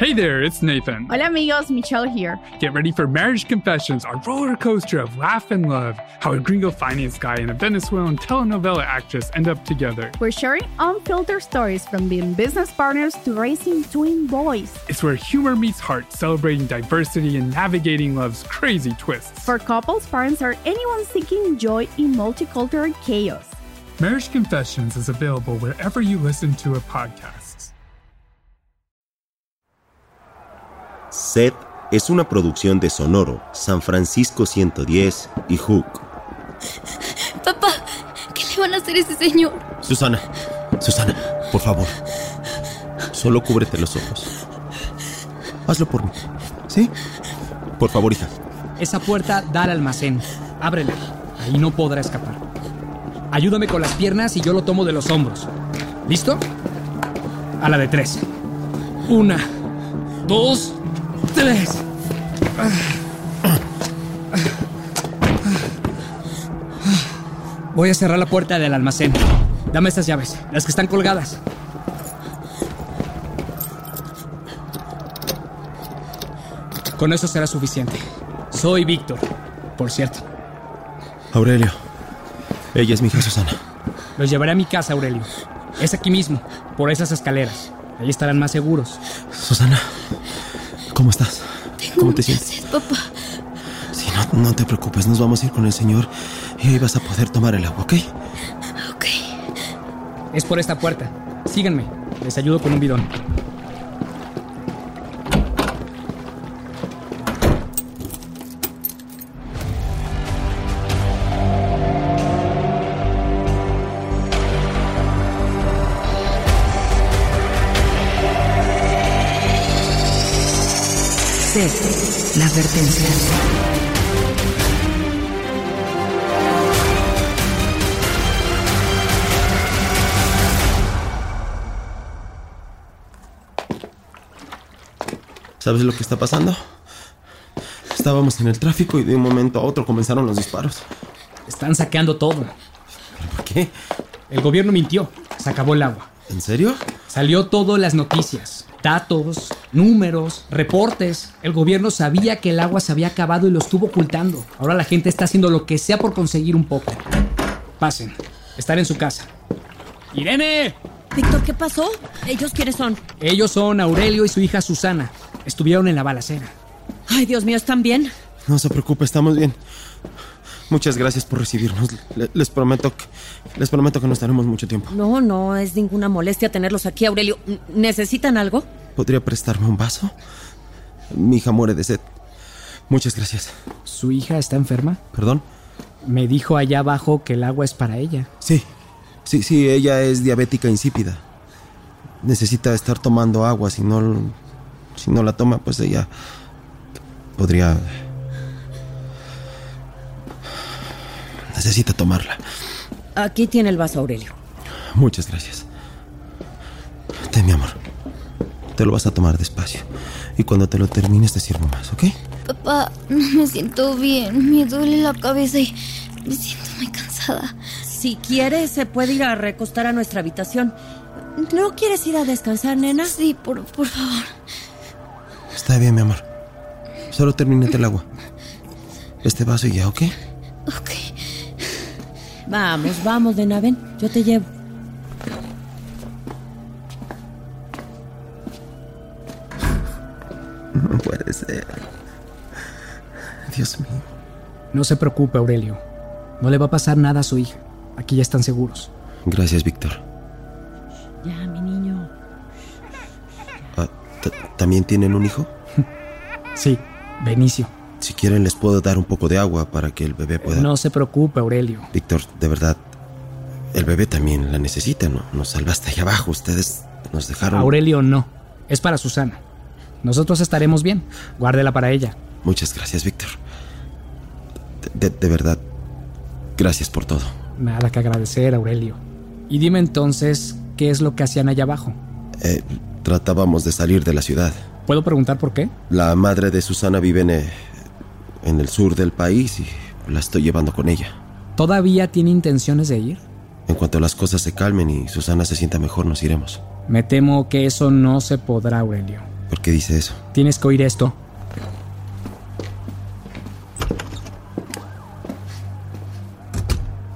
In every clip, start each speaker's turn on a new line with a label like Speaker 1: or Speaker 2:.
Speaker 1: Hey there, it's Nathan.
Speaker 2: Hola amigos, Michelle here.
Speaker 1: Get ready for Marriage Confessions, our roller coaster of laugh and love. How a gringo finance guy and a Venezuelan telenovela actress end up together.
Speaker 2: We're sharing unfiltered stories from being business partners to raising twin boys.
Speaker 1: It's where humor meets heart, celebrating diversity and navigating love's crazy twists.
Speaker 2: For couples, parents, or anyone seeking joy in multicultural chaos.
Speaker 1: Marriage Confessions is available wherever you listen to a podcast.
Speaker 3: Set es una producción de Sonoro, San Francisco 110 y Hook.
Speaker 4: Papá, ¿qué le van a hacer a ese señor?
Speaker 3: Susana, Susana, por favor. Solo cúbrete los ojos. Hazlo por mí. ¿Sí? Por favor, hija.
Speaker 5: Esa puerta da al almacén. Ábrela. Ahí no podrá escapar. Ayúdame con las piernas y yo lo tomo de los hombros. ¿Listo? A la de tres. Una, dos, tres. Voy a cerrar la puerta del almacén. Dame estas llaves, las que están colgadas. Con eso será suficiente. Soy Víctor, por cierto.
Speaker 3: Aurelio. Ella es mi hija Susana.
Speaker 5: Los llevaré a mi casa, Aurelio. Es aquí mismo, por esas escaleras. Ahí estarán más seguros.
Speaker 3: Susana, ¿cómo estás? ¿Cómo te sientes?
Speaker 4: Sí, papá.
Speaker 3: Sí, no, no te preocupes, nos vamos a ir con el señor y ahí vas a poder tomar el agua, ¿ok?
Speaker 4: Ok.
Speaker 5: Es por esta puerta. Síganme. Les ayudo con un bidón.
Speaker 6: Sed, la advertencia.
Speaker 3: ¿Sabes lo que está pasando? Estábamos en el tráfico y de un momento a otro comenzaron los disparos.
Speaker 5: Están saqueando todo.
Speaker 3: ¿Por qué?
Speaker 5: El gobierno mintió. Se acabó el agua.
Speaker 3: ¿En serio?
Speaker 5: Salió todo en las noticias. Datos, números, reportes. El gobierno sabía que el agua se había acabado y lo estuvo ocultando. Ahora la gente está haciendo lo que sea por conseguir un poco. Pasen. Estar en su casa. ¡Irene!
Speaker 4: Víctor, ¿qué pasó? ¿Ellos quiénes son?
Speaker 5: Ellos son Aurelio y su hija Susana. Estuvieron en la balacera.
Speaker 4: Ay, Dios mío, ¿están bien?
Speaker 3: No se preocupe, estamos bien. Muchas gracias por recibirnos. Le- les prometo que les prometo que no estaremos mucho tiempo.
Speaker 4: No, no, es ninguna molestia tenerlos aquí, Aurelio. N- ¿Necesitan algo?
Speaker 3: ¿Podría prestarme un vaso? Mi hija muere de sed. Muchas gracias.
Speaker 5: ¿Su hija está enferma?
Speaker 3: ¿Perdón?
Speaker 5: Me dijo allá abajo que el agua es para ella.
Speaker 3: Sí. Sí, sí, ella es diabética insípida. Necesita estar tomando agua, si no si no la toma, pues ella podría Necesita tomarla.
Speaker 4: Aquí tiene el vaso, Aurelio.
Speaker 3: Muchas gracias. Ten, mi amor. Te lo vas a tomar despacio. Y cuando te lo termines te sirvo más, ¿ok?
Speaker 4: Papá, no me siento bien. Me duele la cabeza y me siento muy cansada. Si quiere, se puede ir a recostar a nuestra habitación. ¿No quieres ir a descansar, nena? Sí, por, por favor.
Speaker 3: Está bien, mi amor. Solo termínate el agua. Este vaso y ya, ¿ok?
Speaker 4: Ok. Vamos, vamos, nena, ven. Yo te llevo.
Speaker 3: No puede ser. Dios mío.
Speaker 5: No se preocupe, Aurelio. No le va a pasar nada a su hija. Aquí ya están seguros.
Speaker 3: Gracias, Víctor.
Speaker 4: Ya, mi niño.
Speaker 3: Ah, t- ¿También tienen un hijo?
Speaker 5: Sí, Benicio.
Speaker 3: Si quieren les puedo dar un poco de agua para que el bebé pueda...
Speaker 5: No se preocupe, Aurelio.
Speaker 3: Víctor, de verdad, el bebé también la necesita, ¿no? Nos salvaste allá abajo, ustedes nos dejaron...
Speaker 5: Aurelio no. Es para Susana. Nosotros estaremos bien. Guárdela para ella.
Speaker 3: Muchas gracias, Víctor. De, de verdad, gracias por todo.
Speaker 5: Nada que agradecer, Aurelio. Y dime entonces, ¿qué es lo que hacían allá abajo?
Speaker 3: Eh, tratábamos de salir de la ciudad.
Speaker 5: ¿Puedo preguntar por qué?
Speaker 3: La madre de Susana vive en, eh, en el sur del país y la estoy llevando con ella.
Speaker 5: ¿Todavía tiene intenciones de ir?
Speaker 3: En cuanto las cosas se calmen y Susana se sienta mejor, nos iremos.
Speaker 5: Me temo que eso no se podrá, Aurelio.
Speaker 3: ¿Por qué dice eso?
Speaker 5: Tienes que oír esto.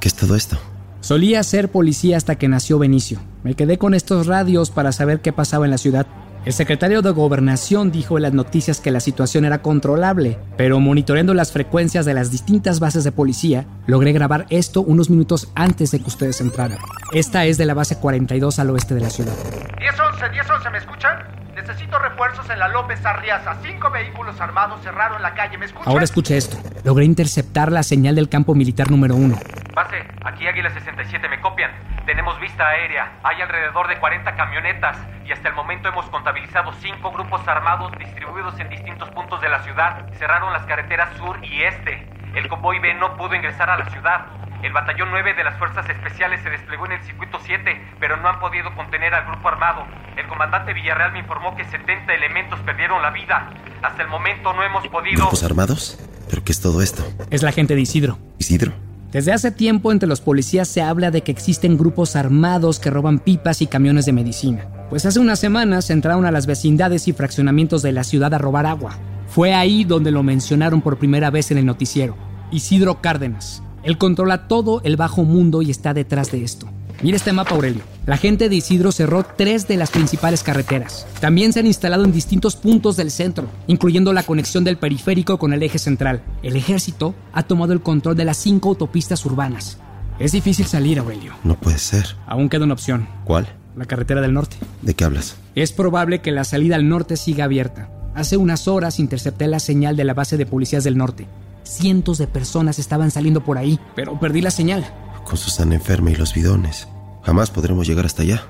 Speaker 3: ¿Qué es todo esto?
Speaker 5: Solía ser policía hasta que nació Benicio. Me quedé con estos radios para saber qué pasaba en la ciudad. El secretario de Gobernación dijo en las noticias que la situación era controlable, pero monitoreando las frecuencias de las distintas bases de policía, logré grabar esto unos minutos antes de que ustedes entraran. Esta es de la base 42 al oeste de la ciudad.
Speaker 7: 10-11, 10-11, ¿me escuchan? Necesito refuerzos en la López Arriaza. Cinco vehículos armados cerraron la calle, ¿me escuchan?
Speaker 5: Ahora escucha esto. Logré interceptar la señal del campo militar número 1.
Speaker 7: Pase, aquí Águila 67, me copian. Tenemos vista aérea. Hay alrededor de 40 camionetas y hasta el momento hemos contabilizado cinco grupos armados distribuidos en distintos puntos de la ciudad. Cerraron las carreteras sur y este. El convoy B no pudo ingresar a la ciudad. El batallón 9 de las fuerzas especiales se desplegó en el circuito 7, pero no han podido contener al grupo armado. El comandante Villarreal me informó que 70 elementos perdieron la vida. Hasta el momento no hemos podido.
Speaker 3: ¿Grupos armados? ¿Pero qué es todo esto?
Speaker 5: Es la gente de Isidro.
Speaker 3: ¿Isidro?
Speaker 5: Desde hace tiempo entre los policías se habla de que existen grupos armados que roban pipas y camiones de medicina. Pues hace unas semanas entraron a las vecindades y fraccionamientos de la ciudad a robar agua. Fue ahí donde lo mencionaron por primera vez en el noticiero. Isidro Cárdenas. Él controla todo el bajo mundo y está detrás de esto. Mira este mapa, Aurelio. La gente de Isidro cerró tres de las principales carreteras. También se han instalado en distintos puntos del centro, incluyendo la conexión del periférico con el eje central. El ejército ha tomado el control de las cinco autopistas urbanas. Es difícil salir, Aurelio.
Speaker 3: No puede ser.
Speaker 5: Aún queda una opción,
Speaker 3: ¿Cuál?
Speaker 5: la carretera del norte.
Speaker 3: ¿De qué hablas?
Speaker 5: Es probable que la salida al norte siga abierta. Hace unas horas intercepté la señal de la base de policías del norte. Cientos de personas estaban saliendo por ahí, pero perdí la señal.
Speaker 3: Con Susana enferma y los bidones. Jamás podremos llegar hasta allá.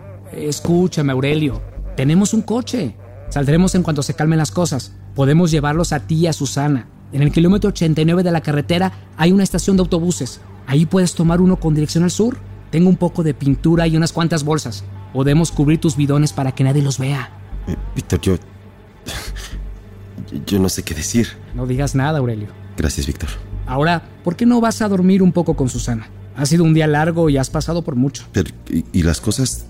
Speaker 5: Escúchame, Aurelio. Tenemos un coche. Saldremos en cuanto se calmen las cosas. Podemos llevarlos a ti y a Susana. En el kilómetro 89 de la carretera hay una estación de autobuses. Ahí puedes tomar uno con dirección al sur. Tengo un poco de pintura y unas cuantas bolsas. Podemos cubrir tus bidones para que nadie los vea.
Speaker 3: Eh, Víctor, yo... Yo no sé qué decir.
Speaker 5: No digas nada, Aurelio.
Speaker 3: Gracias, Víctor.
Speaker 5: Ahora, ¿por qué no vas a dormir un poco con Susana? Ha sido un día largo y has pasado por mucho.
Speaker 3: Pero, ¿y, y las cosas?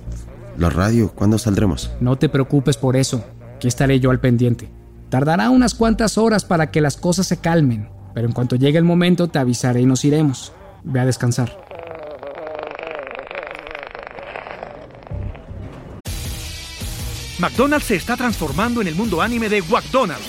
Speaker 3: ¿La radio? ¿Cuándo saldremos?
Speaker 5: No te preocupes por eso, que estaré yo al pendiente. Tardará unas cuantas horas para que las cosas se calmen, pero en cuanto llegue el momento te avisaré y nos iremos. Ve a descansar.
Speaker 8: McDonald's se está transformando en el mundo anime de McDonald's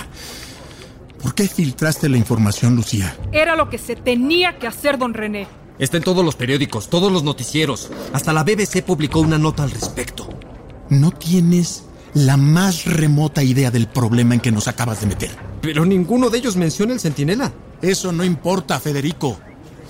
Speaker 9: ¿Por qué filtraste la información, Lucía?
Speaker 10: Era lo que se tenía que hacer, don René.
Speaker 11: Está en todos los periódicos, todos los noticieros. Hasta la BBC publicó una nota al respecto.
Speaker 9: No tienes la más remota idea del problema en que nos acabas de meter.
Speaker 11: Pero ninguno de ellos menciona el centinela.
Speaker 9: Eso no importa, Federico.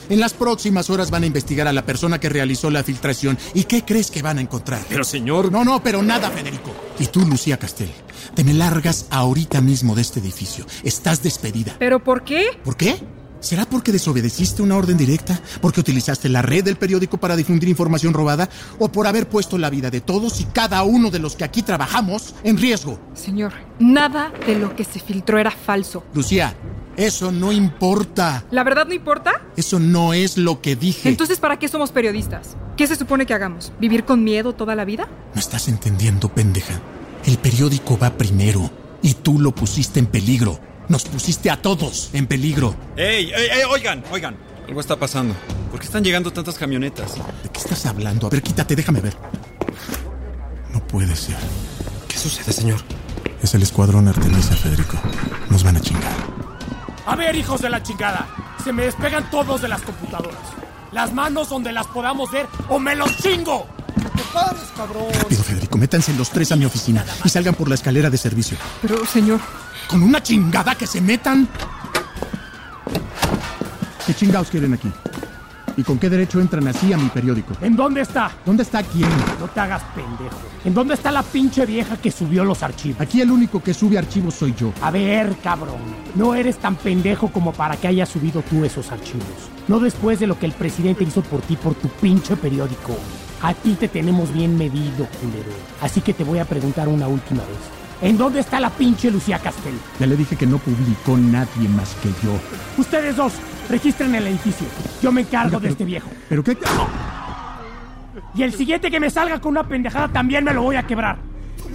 Speaker 9: En las próximas horas van a investigar a la persona que realizó la filtración. ¿Y qué crees que van a encontrar?
Speaker 11: Pero señor,
Speaker 9: No, no, pero nada, Federico. Y tú, Lucía Castel, te me largas ahorita mismo de este edificio. Estás despedida.
Speaker 10: ¿Pero por qué?
Speaker 9: ¿Por qué? ¿Será porque desobedeciste una orden directa? ¿Porque utilizaste la red del periódico para difundir información robada? ¿O por haber puesto la vida de todos y cada uno de los que aquí trabajamos en riesgo?
Speaker 10: Señor, nada de lo que se filtró era falso.
Speaker 9: Lucía, eso no importa.
Speaker 10: ¿La verdad no importa?
Speaker 9: Eso no es lo que dije.
Speaker 10: Entonces, ¿para qué somos periodistas? ¿Qué se supone que hagamos? ¿Vivir con miedo toda la vida?
Speaker 9: No estás entendiendo, pendeja. El periódico va primero y tú lo pusiste en peligro. Nos pusiste a todos en peligro.
Speaker 12: ¡Ey, ey, ey! Oigan, oigan. Algo está pasando. ¿Por qué están llegando tantas camionetas?
Speaker 9: ¿De qué estás hablando? A ver, quítate, déjame ver. No puede ser.
Speaker 11: ¿qué sucede, señor?
Speaker 9: Es el escuadrón Artemisa, Federico. Nos van a chingar.
Speaker 13: A ver, hijos de la chingada. Se me despegan todos de las computadoras. Las manos donde las podamos ver o me los chingo. ¡Te pares, cabrón!
Speaker 9: Rápido, Federico, métanse los tres a mi oficina y salgan por la escalera de servicio.
Speaker 10: Pero, señor.
Speaker 9: Con una chingada que se metan. ¿Qué chingados quieren aquí? ¿Y con qué derecho entran así a mi periódico?
Speaker 13: ¿En dónde está?
Speaker 9: ¿Dónde está quién?
Speaker 13: No te hagas pendejo. ¿En dónde está la pinche vieja que subió los archivos?
Speaker 9: Aquí el único que sube archivos soy yo.
Speaker 13: A ver, cabrón. No eres tan pendejo como para que hayas subido tú esos archivos. No después de lo que el presidente hizo por ti por tu pinche periódico. A ti te tenemos bien medido, culero. Así que te voy a preguntar una última vez. ¿En dónde está la pinche Lucía Castel?
Speaker 9: Ya le dije que no publicó nadie más que yo.
Speaker 13: Ustedes dos, registren el edificio. Yo me encargo de este viejo.
Speaker 9: ¿Pero qué?
Speaker 13: Y el siguiente que me salga con una pendejada también me lo voy a quebrar.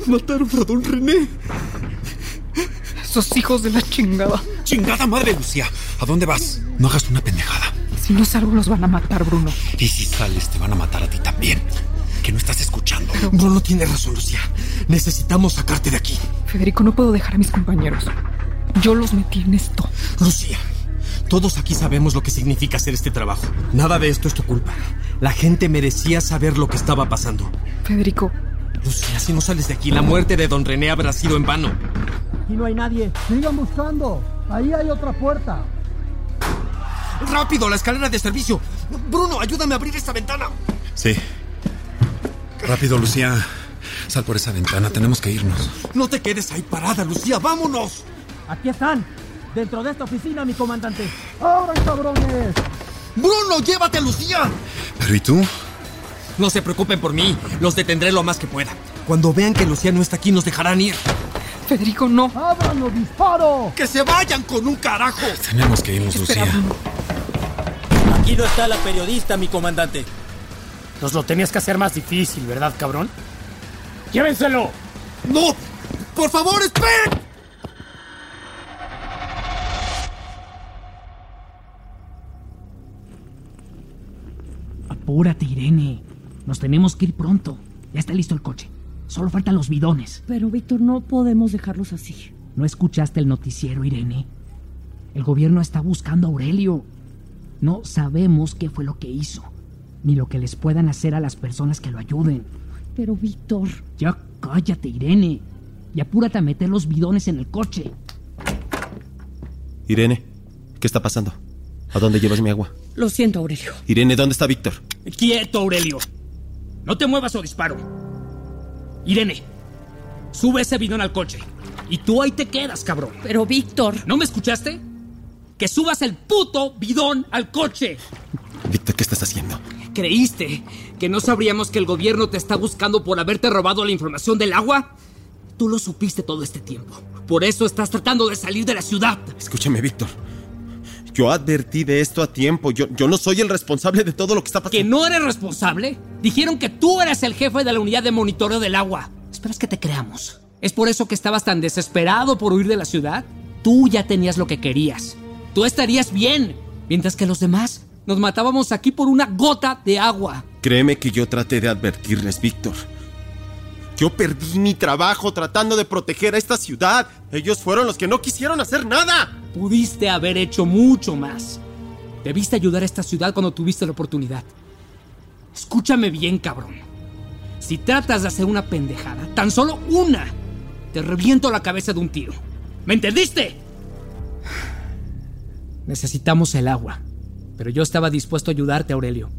Speaker 14: Mataron a don René.
Speaker 10: Esos hijos de la chingada.
Speaker 11: ¡Chingada madre, Lucía! ¿A dónde vas? No hagas una pendejada.
Speaker 10: Si no salgo, los van a matar, Bruno.
Speaker 11: Y si sales, te van a matar a ti también. Que no estás escuchando. Bruno tiene razón, Lucía. Necesitamos sacarte de aquí.
Speaker 10: Federico, no puedo dejar a mis compañeros. Yo los metí en esto.
Speaker 11: Lucía, todos aquí sabemos lo que significa hacer este trabajo. Nada de esto es tu culpa. La gente merecía saber lo que estaba pasando.
Speaker 10: Federico,
Speaker 11: Lucía, si no sales de aquí, la muerte de don René habrá sido en vano.
Speaker 15: Aquí no hay nadie. Sigan buscando. Ahí hay otra puerta.
Speaker 11: ¡Rápido, la escalera de servicio! Bruno, ayúdame a abrir esta ventana.
Speaker 12: Sí. Rápido, Lucía. Sal por esa ventana, tenemos que irnos.
Speaker 11: No te quedes ahí parada, Lucía, vámonos.
Speaker 15: Aquí están. Dentro de esta oficina, mi comandante. ¡Abran, cabrones!
Speaker 11: Bruno, llévate a Lucía.
Speaker 12: ¿Pero y tú?
Speaker 11: No se preocupen por mí, los detendré lo más que pueda. Cuando vean que Lucía no está aquí, nos dejarán ir.
Speaker 10: Federico, no.
Speaker 15: ¡Ábranlo, disparo!
Speaker 11: ¡Que se vayan con un carajo!
Speaker 12: Tenemos que irnos, Lucía.
Speaker 16: Aquí no está la periodista, mi comandante.
Speaker 13: Nos lo tenías que hacer más difícil, ¿verdad, cabrón? ¡Llévenselo!
Speaker 11: ¡No! ¡Por favor, esperen!
Speaker 5: Apúrate, Irene. Nos tenemos que ir pronto. Ya está listo el coche. Solo faltan los bidones.
Speaker 4: Pero, Víctor, no podemos dejarlos así.
Speaker 5: ¿No escuchaste el noticiero, Irene? El gobierno está buscando a Aurelio. No sabemos qué fue lo que hizo, ni lo que les puedan hacer a las personas que lo ayuden.
Speaker 4: Pero, Víctor.
Speaker 5: Ya cállate, Irene. Y apúrate a meter los bidones en el coche.
Speaker 3: Irene, ¿qué está pasando? ¿A dónde llevas mi agua?
Speaker 4: Lo siento, Aurelio.
Speaker 3: Irene, ¿dónde está Víctor?
Speaker 5: Quieto, Aurelio. No te muevas o disparo. Irene, sube ese bidón al coche. Y tú ahí te quedas, cabrón.
Speaker 4: Pero, Víctor.
Speaker 5: ¿No me escuchaste? Que subas el puto bidón al coche.
Speaker 3: Víctor, ¿qué estás haciendo?
Speaker 5: ¿Creíste que no sabríamos que el gobierno te está buscando por haberte robado la información del agua? Tú lo supiste todo este tiempo. Por eso estás tratando de salir de la ciudad.
Speaker 3: Escúchame, Víctor. Yo advertí de esto a tiempo. Yo, yo no soy el responsable de todo lo que está pasando.
Speaker 5: ¿Que no eres responsable? Dijeron que tú eras el jefe de la unidad de monitoreo del agua. ¿Esperas que te creamos? ¿Es por eso que estabas tan desesperado por huir de la ciudad? Tú ya tenías lo que querías. Tú estarías bien. Mientras que los demás nos matábamos aquí por una gota de agua.
Speaker 3: Créeme que yo traté de advertirles, Víctor. Yo perdí mi trabajo tratando de proteger a esta ciudad. Ellos fueron los que no quisieron hacer nada.
Speaker 5: Pudiste haber hecho mucho más. Debiste ayudar a esta ciudad cuando tuviste la oportunidad. Escúchame bien, cabrón. Si tratas de hacer una pendejada, tan solo una, te reviento la cabeza de un tiro. ¿Me entendiste? Necesitamos el agua. Pero yo estaba dispuesto a ayudarte, Aurelio.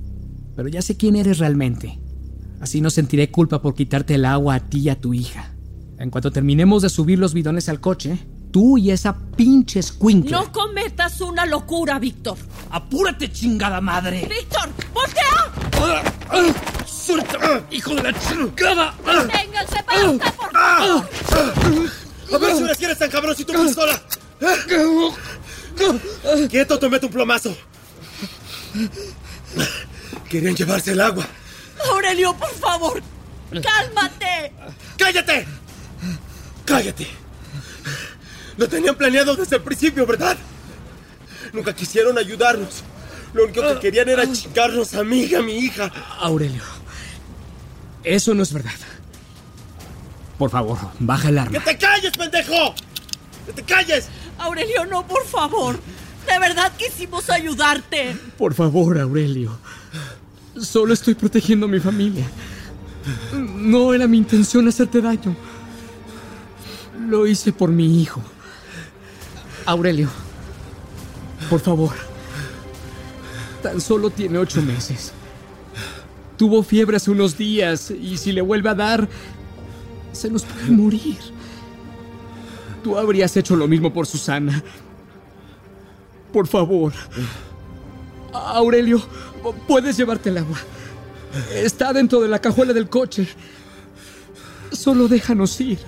Speaker 5: Pero ya sé quién eres realmente. Así no sentiré culpa por quitarte el agua a ti y a tu hija. En cuanto terminemos de subir los bidones al coche, tú y esa pinche escuincle.
Speaker 4: No cometas una locura, Víctor.
Speaker 5: ¡Apúrate, chingada madre!
Speaker 4: ¡Víctor! ¡Voltea!
Speaker 11: ¡Suelta! ¡Hijo de la chingada!
Speaker 4: ¡Vénganse
Speaker 11: Ah.
Speaker 4: para acá, por favor!
Speaker 11: A ver si ahora sí eres tan cabrón si tú pistola. Quieto, te meto un plomazo. Querían llevarse el agua.
Speaker 4: Aurelio, por favor, cálmate.
Speaker 11: ¡Cállate! ¡Cállate! Lo tenían planeado desde el principio, ¿verdad? Nunca quisieron ayudarnos. Lo único que querían era chingarnos a mí y a mi hija.
Speaker 5: Aurelio, eso no es verdad. Por favor, baja el
Speaker 11: ¡Que
Speaker 5: arma.
Speaker 11: te calles, pendejo! ¡Que te calles!
Speaker 17: Aurelio, no, por favor. De verdad quisimos ayudarte.
Speaker 14: Por favor, Aurelio. Solo estoy protegiendo a mi familia. No era mi intención hacerte daño. Lo hice por mi hijo. Aurelio, por favor. Tan solo tiene ocho meses. Tuvo fiebre hace unos días y si le vuelve a dar, se nos puede morir. Tú habrías hecho lo mismo por Susana. Por favor. Aurelio, puedes llevarte el agua. Está dentro de la cajuela del coche. Solo déjanos ir.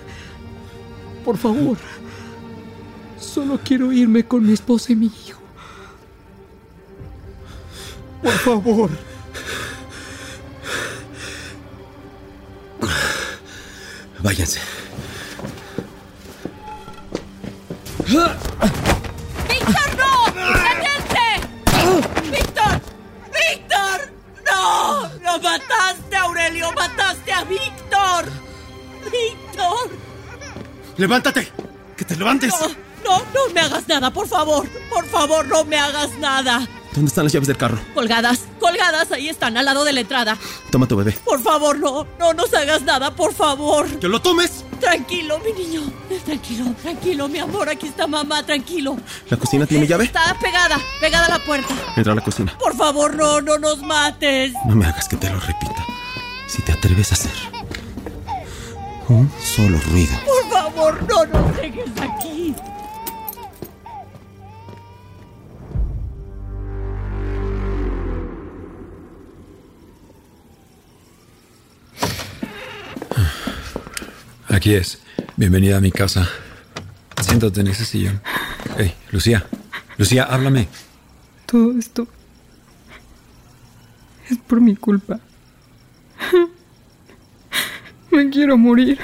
Speaker 14: Por favor. Solo quiero irme con mi esposa y mi hijo. Por favor.
Speaker 11: Váyanse.
Speaker 17: ¡Víctor, no! ¡Detente! ¡Víctor! ¡Víctor! ¡No! ¡Lo mataste, Aurelio! ¡Mataste a Víctor! ¡Víctor!
Speaker 11: ¡Levántate! ¡Que te levantes!
Speaker 17: No, no me hagas nada, por favor. Por favor, no me hagas nada.
Speaker 3: ¿Dónde están las llaves del carro?
Speaker 17: Colgadas, colgadas, ahí están, al lado de la entrada.
Speaker 3: Toma tu bebé.
Speaker 17: Por favor, no, no nos hagas nada, por favor.
Speaker 11: ¡Que lo tomes!
Speaker 17: Tranquilo, mi niño. Tranquilo, tranquilo, mi amor. Aquí está mamá, tranquilo.
Speaker 3: ¿La cocina tiene llave?
Speaker 17: Está pegada, pegada a la puerta.
Speaker 3: Entra a la cocina.
Speaker 17: Por favor, no, no nos mates.
Speaker 3: No me hagas que te lo repita. Si te atreves a hacer un solo ruido.
Speaker 17: Por favor, no nos dejes aquí.
Speaker 12: Aquí es. Bienvenida a mi casa. Siéntate en ese sillón. Hey, Lucía. Lucía, háblame.
Speaker 14: Todo esto es por mi culpa. Me quiero morir.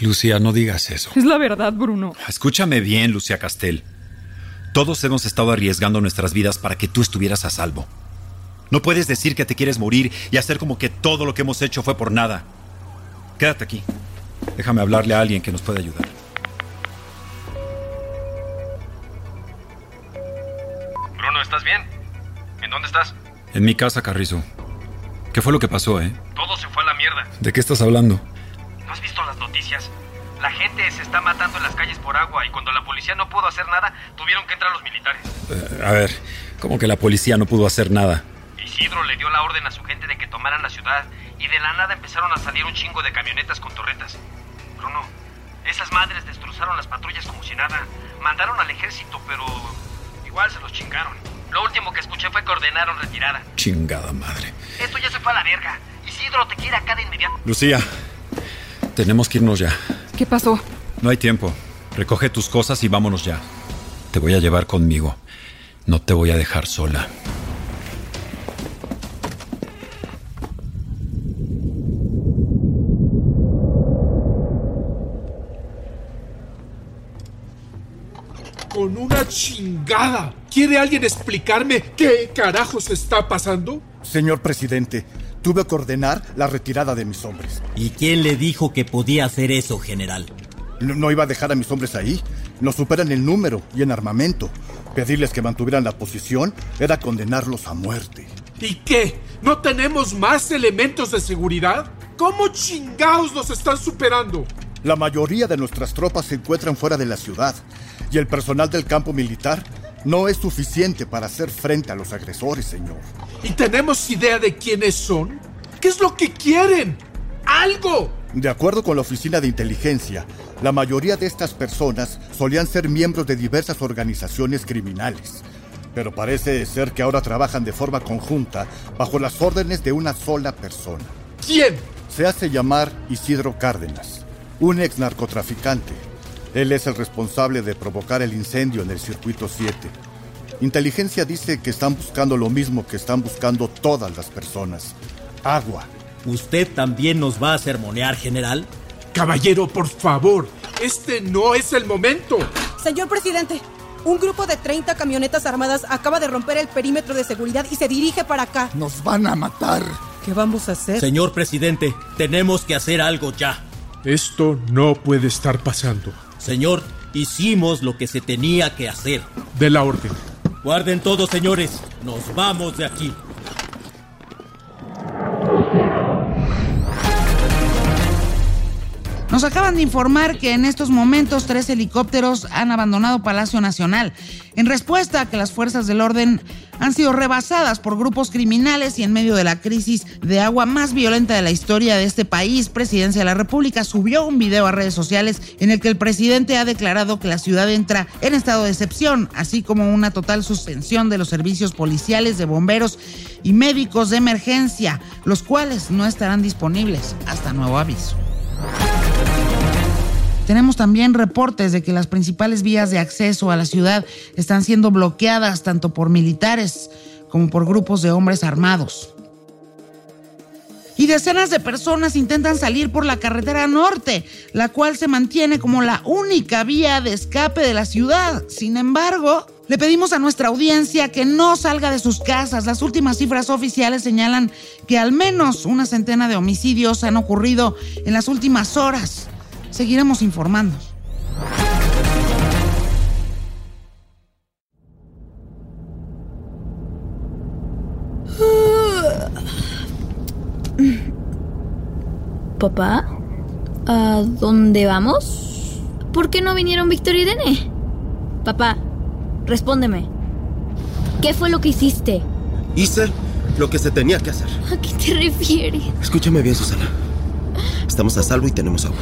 Speaker 12: Lucía, no digas eso.
Speaker 10: Es la verdad, Bruno.
Speaker 12: Escúchame bien, Lucía Castel. Todos hemos estado arriesgando nuestras vidas para que tú estuvieras a salvo. No puedes decir que te quieres morir y hacer como que todo lo que hemos hecho fue por nada. Quédate aquí. Déjame hablarle a alguien que nos pueda ayudar.
Speaker 18: Bruno, ¿estás bien? ¿En dónde estás?
Speaker 12: En mi casa, Carrizo. ¿Qué fue lo que pasó, eh?
Speaker 18: Todo se fue a la mierda.
Speaker 12: ¿De qué estás hablando?
Speaker 18: ¿No has visto las noticias? La gente se está matando en las calles por agua y cuando la policía no pudo hacer nada, tuvieron que entrar los militares.
Speaker 12: Eh, a ver, ¿cómo que la policía no pudo hacer nada?
Speaker 18: Isidro le dio la orden a su gente de que tomaran la ciudad y de la nada empezaron a salir un chingo de camionetas con torretas. Bruno, esas madres destrozaron las patrullas como si nada. Mandaron al ejército, pero igual se los chingaron. Lo último que escuché fue que ordenaron retirada.
Speaker 12: Chingada madre.
Speaker 18: Esto ya se fue a la verga. Isidro te quiere acá de inmediato.
Speaker 12: Lucía, tenemos que irnos ya.
Speaker 10: ¿Qué pasó?
Speaker 12: No hay tiempo. Recoge tus cosas y vámonos ya. Te voy a llevar conmigo. No te voy a dejar sola.
Speaker 19: con una chingada. ¿Quiere alguien explicarme qué carajos está pasando?
Speaker 20: Señor presidente, tuve que ordenar la retirada de mis hombres.
Speaker 16: ¿Y quién le dijo que podía hacer eso, general?
Speaker 20: No, no iba a dejar a mis hombres ahí. Nos superan en número y en armamento. Pedirles que mantuvieran la posición era condenarlos a muerte.
Speaker 19: ¿Y qué? ¿No tenemos más elementos de seguridad? ¿Cómo chingados nos están superando?
Speaker 20: La mayoría de nuestras tropas se encuentran fuera de la ciudad y el personal del campo militar no es suficiente para hacer frente a los agresores, señor.
Speaker 19: ¿Y tenemos idea de quiénes son? ¿Qué es lo que quieren? ¡Algo!
Speaker 20: De acuerdo con la Oficina de Inteligencia, la mayoría de estas personas solían ser miembros de diversas organizaciones criminales. Pero parece ser que ahora trabajan de forma conjunta bajo las órdenes de una sola persona.
Speaker 19: ¿Quién?
Speaker 20: Se hace llamar Isidro Cárdenas, un ex narcotraficante él es el responsable de provocar el incendio en el circuito 7. Inteligencia dice que están buscando lo mismo que están buscando todas las personas. Agua.
Speaker 16: ¿Usted también nos va a sermonear, general?
Speaker 19: Caballero, por favor, este no es el momento.
Speaker 21: Señor presidente, un grupo de 30 camionetas armadas acaba de romper el perímetro de seguridad y se dirige para acá.
Speaker 20: Nos van a matar.
Speaker 21: ¿Qué vamos a hacer?
Speaker 16: Señor presidente, tenemos que hacer algo ya.
Speaker 19: Esto no puede estar pasando.
Speaker 16: Señor, Hicimos lo que se tenía que hacer.
Speaker 19: De la orden.
Speaker 16: Guarden todo, señores. Nos vamos de aquí.
Speaker 2: Nos acaban de informar que en estos momentos tres helicópteros han abandonado Palacio Nacional en respuesta a que las fuerzas del orden han sido rebasadas por grupos criminales y en medio de la crisis de agua más violenta de la historia de este país, Presidencia de la República subió un video a redes sociales en el que el presidente ha declarado que la ciudad entra en estado de excepción, así como una total suspensión de los servicios policiales, de bomberos y médicos de emergencia, los cuales no estarán disponibles hasta nuevo aviso. Tenemos también reportes de que las principales vías de acceso a la ciudad están siendo bloqueadas tanto por militares como por grupos de hombres armados. Y decenas de personas intentan salir por la carretera norte, la cual se mantiene como la única vía de escape de la ciudad. Sin embargo, le pedimos a nuestra audiencia que no salga de sus casas. Las últimas cifras oficiales señalan que al menos una centena de homicidios han ocurrido en las últimas horas. Seguiremos informando.
Speaker 22: Papá, ¿a dónde vamos? ¿Por qué no vinieron Víctor y Dene? Papá, respóndeme. ¿Qué fue lo que hiciste?
Speaker 11: Hice lo que se tenía que hacer.
Speaker 22: ¿A qué te refieres?
Speaker 3: Escúchame bien, Susana. Estamos a salvo y tenemos agua.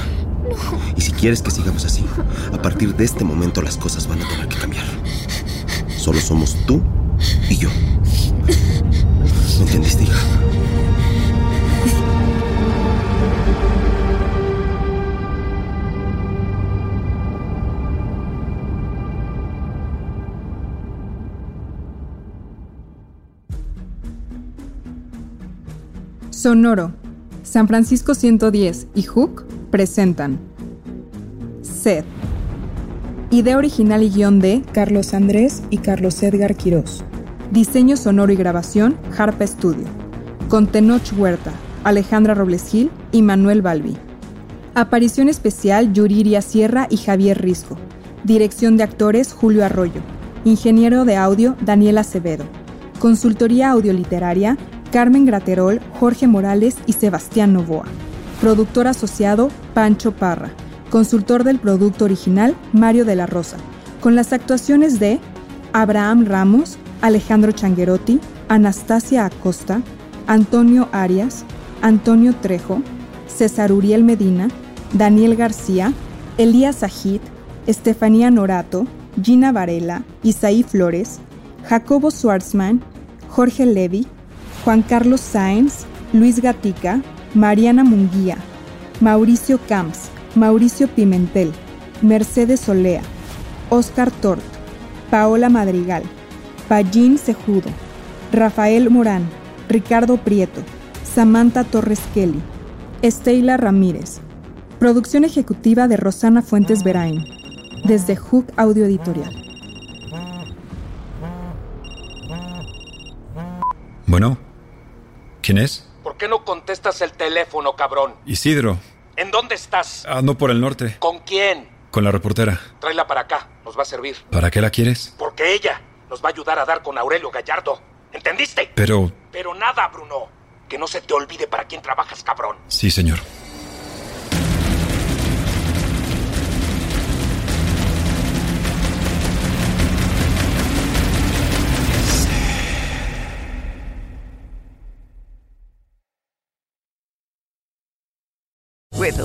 Speaker 3: Y si quieres que sigamos así, a partir de este momento las cosas van a tener que cambiar. Solo somos tú y yo. ¿Me entendiste, hija?
Speaker 10: Sonoro, San Francisco 110 y Hook presentan Sed. Idea original y guión de Carlos Andrés y Carlos Edgar Quirós. Diseño sonoro y grabación Harpa Studio. Con Tenoch Huerta, Alejandra Robles Gil y Manuel Balbi. Aparición especial Yuriria Sierra y Javier Risco. Dirección de actores Julio Arroyo. Ingeniero de audio Daniel Acevedo. Consultoría audioliteraria Carmen Graterol, Jorge Morales y Sebastián Novoa. Productor asociado, Pancho Parra. Consultor del producto original, Mario de la Rosa. Con las actuaciones de Abraham Ramos, Alejandro Changuerotti, Anastasia Acosta, Antonio Arias, Antonio Trejo, César Uriel Medina, Daniel García, Elías Ajit, Estefanía Norato, Gina Varela, Isaí Flores, Jacobo Schwartzman, Jorge Levy, Juan Carlos Sáenz, Luis Gatica, Mariana Munguía, Mauricio Camps, Mauricio Pimentel, Mercedes Solea, Oscar Tort, Paola Madrigal, Pallín Sejudo, Rafael Morán, Ricardo Prieto, Samantha Torres Kelly, Estela Ramírez. Producción ejecutiva de Rosana Fuentes Berain, desde Hook Audio Editorial.
Speaker 12: Bueno, ¿quién es?
Speaker 18: ¿Por qué no contestas el teléfono, cabrón?
Speaker 12: Isidro.
Speaker 18: ¿En dónde estás?
Speaker 19: Ah.
Speaker 12: Ando por el norte.
Speaker 18: ¿Con quién?
Speaker 12: Con la reportera.
Speaker 18: Tráela para acá, nos va a servir.
Speaker 12: ¿Para qué la quieres?
Speaker 18: Porque ella nos va a ayudar a dar con Aurelio Gallardo. ¿Entendiste?
Speaker 12: Pero...
Speaker 18: Pero nada, Bruno. Que no se te olvide para quién trabajas, cabrón.
Speaker 12: Sí, señor.
Speaker 23: With the